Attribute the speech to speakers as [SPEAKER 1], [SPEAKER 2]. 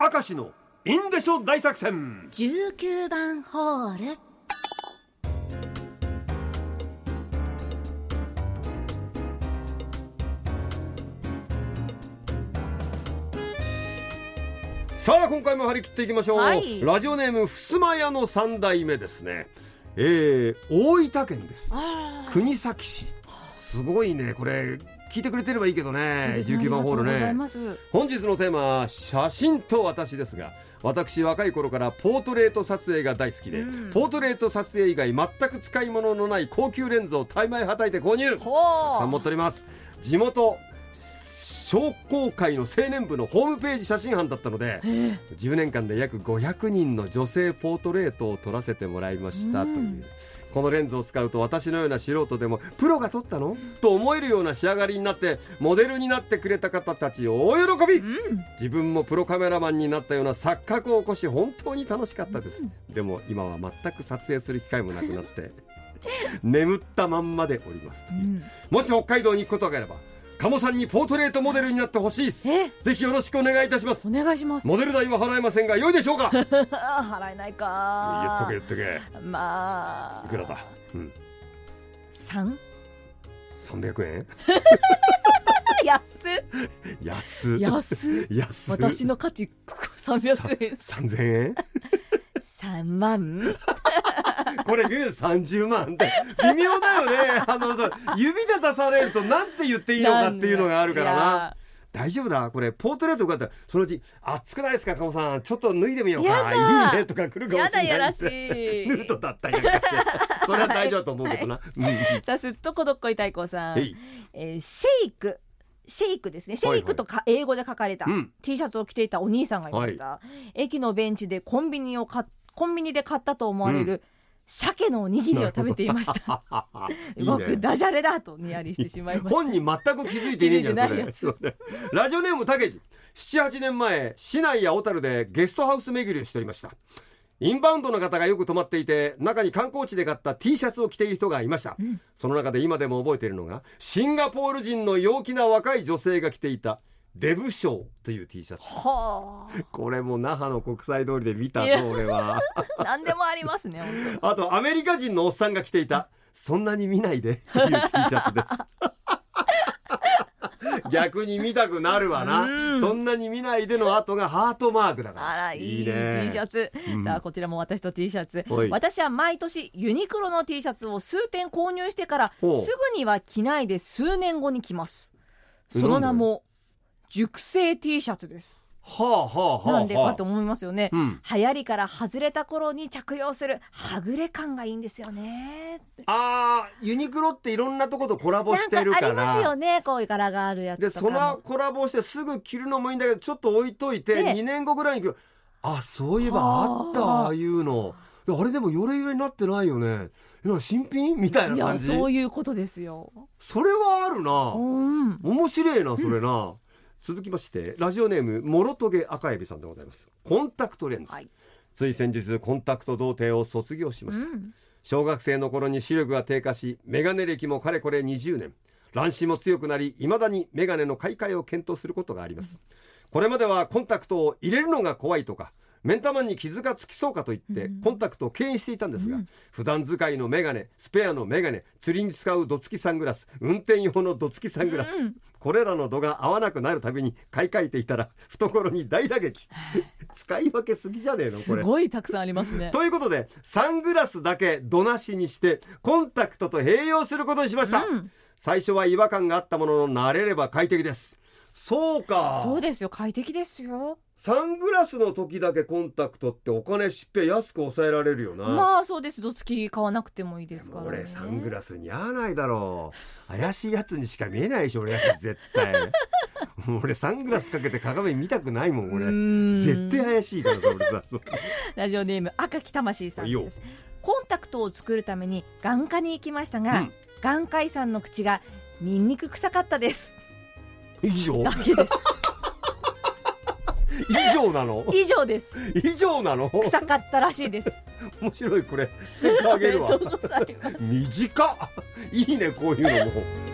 [SPEAKER 1] 明石のインデショ大作戦
[SPEAKER 2] 19番ホール
[SPEAKER 1] さあ今回も張り切っていきましょう、
[SPEAKER 2] はい
[SPEAKER 1] ラジオネームふすま屋の三代目ですねえー、大分県です
[SPEAKER 2] あ
[SPEAKER 1] 国崎市すごいねこれ聞いてくれてればいいけどね19番ホールね本日のテーマは写真と私ですが私若い頃からポートレート撮影が大好きで、
[SPEAKER 2] うん
[SPEAKER 1] ポートレート撮影以外全く使い物のない高級レンズを大枚はたいて購入たく
[SPEAKER 2] ほ
[SPEAKER 1] さん持っております地元商工会の青年部のホームページ写真班だったので
[SPEAKER 2] え
[SPEAKER 1] 10年間で約500人の女性ポートレートを撮らせてもらいました
[SPEAKER 2] う
[SPEAKER 1] とい
[SPEAKER 2] ん
[SPEAKER 1] うこのレンズを使うと私のような素人でもプロが撮ったのと思えるような仕上がりになってモデルになってくれた方たち大喜び
[SPEAKER 2] うん
[SPEAKER 1] 自分もプロカメラマンになったような錯覚を起こし本当に楽しかったです、でも今は全く撮影する機会もなくなって 眠ったまんまでおりますと
[SPEAKER 2] う
[SPEAKER 1] いうんもし北海道に行くことがあれば鴨さんにポートレートモデルになってほしいです
[SPEAKER 2] え
[SPEAKER 1] ぜひよろしくお願いいたします
[SPEAKER 2] お願いします
[SPEAKER 1] モデル代は払えませんが良いでしょ うか言っ
[SPEAKER 2] 払えないか
[SPEAKER 1] とけ言っとけ
[SPEAKER 2] まあ
[SPEAKER 1] いくらだ、うん、
[SPEAKER 2] 3
[SPEAKER 1] 300円
[SPEAKER 2] 安
[SPEAKER 1] 安っ
[SPEAKER 2] 安っ
[SPEAKER 1] 安っ
[SPEAKER 2] 私の価値300円
[SPEAKER 1] さ3000円
[SPEAKER 2] 3万
[SPEAKER 1] これ30万って微妙だよねあのさ指で出されるとなんて言っていいのかっていうのがあるからな大丈夫だこれポートレート受かったらそのうち「暑くないですか鴨さんちょっと脱いでみようか
[SPEAKER 2] やだ
[SPEAKER 1] いいね」とか来る
[SPEAKER 2] いや
[SPEAKER 1] かも
[SPEAKER 2] や
[SPEAKER 1] しれな
[SPEAKER 2] だ
[SPEAKER 1] い
[SPEAKER 2] やらしい
[SPEAKER 1] ヌ ートだったりなんかしてそれは大丈夫だと思うけどな、うん
[SPEAKER 2] さあすっとこどっこい太鼓さん
[SPEAKER 1] えい
[SPEAKER 2] えーシェイクシェイクですねシ
[SPEAKER 1] はいは
[SPEAKER 2] ェ
[SPEAKER 1] い
[SPEAKER 2] イクとか英語で書かれた
[SPEAKER 1] うん
[SPEAKER 2] T シャツを着ていたお兄さんがいました、駅のベンチでコンビニをかコンビニで買ったと思われる、鮭のおにぎりを食べていました
[SPEAKER 1] いいね
[SPEAKER 2] 僕ダジャレだとにやりしてし まいました
[SPEAKER 1] 本人全く気づいてねえじゃん
[SPEAKER 2] 気づいてないやつ
[SPEAKER 1] それラジオネームたけじ78年前市内や小樽でゲストハウス巡りをしておりましたインバウンドの方がよく泊まっていて中に観光地で買った T シャツを着ている人がいました、
[SPEAKER 2] ん
[SPEAKER 1] その中で今でも覚えているのがシンガポール人の陽気な若い女性が着ていたデブショーという T シャ ツ
[SPEAKER 2] は
[SPEAKER 1] これも那覇の国際通りで見た
[SPEAKER 2] いや
[SPEAKER 1] ぞ俺は
[SPEAKER 2] あ何でもありますね本当に
[SPEAKER 1] あとアメリカ人のおっさんが着ていた「そんなに見ないで」という T シャツです 逆に見たくなるわな
[SPEAKER 2] うん
[SPEAKER 1] そんなに見ないでの後がハートマークだから
[SPEAKER 2] あらいい T シャツ、
[SPEAKER 1] うん
[SPEAKER 2] さあこちらも私と T シャツ
[SPEAKER 1] おい
[SPEAKER 2] 私は毎年ユニクロの T シャツを数点購入してからすぐ
[SPEAKER 1] ほう
[SPEAKER 2] には着ないで数年後に着ます
[SPEAKER 1] え
[SPEAKER 2] その名も熟成 T シャツです
[SPEAKER 1] はあはあはあ、はあ、
[SPEAKER 2] なんでかと思いますよね、
[SPEAKER 1] うん
[SPEAKER 2] 流行りから外れた頃に着用するはぐれ感がいいんですよね
[SPEAKER 1] あーユニクロっていろんなとことコラボ
[SPEAKER 2] な
[SPEAKER 1] し
[SPEAKER 2] んか
[SPEAKER 1] てる
[SPEAKER 2] あ
[SPEAKER 1] か
[SPEAKER 2] りますよ
[SPEAKER 1] ら
[SPEAKER 2] ねこういう柄があるや
[SPEAKER 1] で
[SPEAKER 2] つとか
[SPEAKER 1] そのコラボしてすぐ着るのもいいんだけどちょっと置いといて
[SPEAKER 2] で
[SPEAKER 1] 2年後ぐらいに着るあそういえばあ
[SPEAKER 2] はあ
[SPEAKER 1] ったああいうのであれでもヨレヨレになってないよねえなんか新品みたいない感
[SPEAKER 2] や
[SPEAKER 1] じ
[SPEAKER 2] そういうことですよ
[SPEAKER 1] それはある
[SPEAKER 2] う
[SPEAKER 1] な。
[SPEAKER 2] ん
[SPEAKER 1] 面白いな、それな。続きまして、ラジオネーム、もろとげ赤エビさんでございます。コンタクトレンズ。
[SPEAKER 2] はい
[SPEAKER 1] つい先日、コンタクト童貞を卒業しま
[SPEAKER 2] う
[SPEAKER 1] した。
[SPEAKER 2] ん
[SPEAKER 1] 小学生の頃に視力が低下し、メガネ歴もかれこれ20年。乱視も強くなり、未だにメガネの買い替えを検討することがあります。これまではコンタクトを入れるのが怖いとか、目ん玉に傷がつきそうかと言って、コンタクトを敬遠していたんですが、普段使いのメガネ、スペアのメガネ、釣りに使うドツキサングラス、運転用のドツキサングラス、
[SPEAKER 2] うん
[SPEAKER 1] これらの度が合わなくなるたびに買い替えていたら、懐に大打撃。使い分けすぎじゃねえのこ
[SPEAKER 2] す
[SPEAKER 1] れ。
[SPEAKER 2] ごいたくさんありますね
[SPEAKER 1] ということでサングラスだけどなしにしてコンタクトと併用することにしました、
[SPEAKER 2] うん
[SPEAKER 1] 最初は違和感があったものの慣れれば快適ですそうか
[SPEAKER 2] そうですよ快適ですよ
[SPEAKER 1] サングラスの時だけコンタクトってお金しっぺ安く抑えられるよな、
[SPEAKER 2] まあそうですどつき買わなくてもいいですから、ね、
[SPEAKER 1] 俺サングラス似合わないだろう怪しいやつにしか見えないでしょ俺絶 対俺サングラスかけて鏡見たくないもん
[SPEAKER 2] う
[SPEAKER 1] 俺
[SPEAKER 2] ーん
[SPEAKER 1] 絶対怪しいからさ俺さ
[SPEAKER 2] ラジオネーム赤木魂さん
[SPEAKER 1] いいよ
[SPEAKER 2] ですコンタクトを作るために眼科に行きましたが、
[SPEAKER 1] うん
[SPEAKER 2] 眼科医さんの口がニンニク臭かったです
[SPEAKER 1] 以上
[SPEAKER 2] だけです
[SPEAKER 1] 以上なの
[SPEAKER 2] 以上です
[SPEAKER 1] 以上なの
[SPEAKER 2] 臭かったらしいです
[SPEAKER 1] 面 白いこれステッカーあげるわ
[SPEAKER 2] ありがとうございます
[SPEAKER 1] 短っいいねこういうのも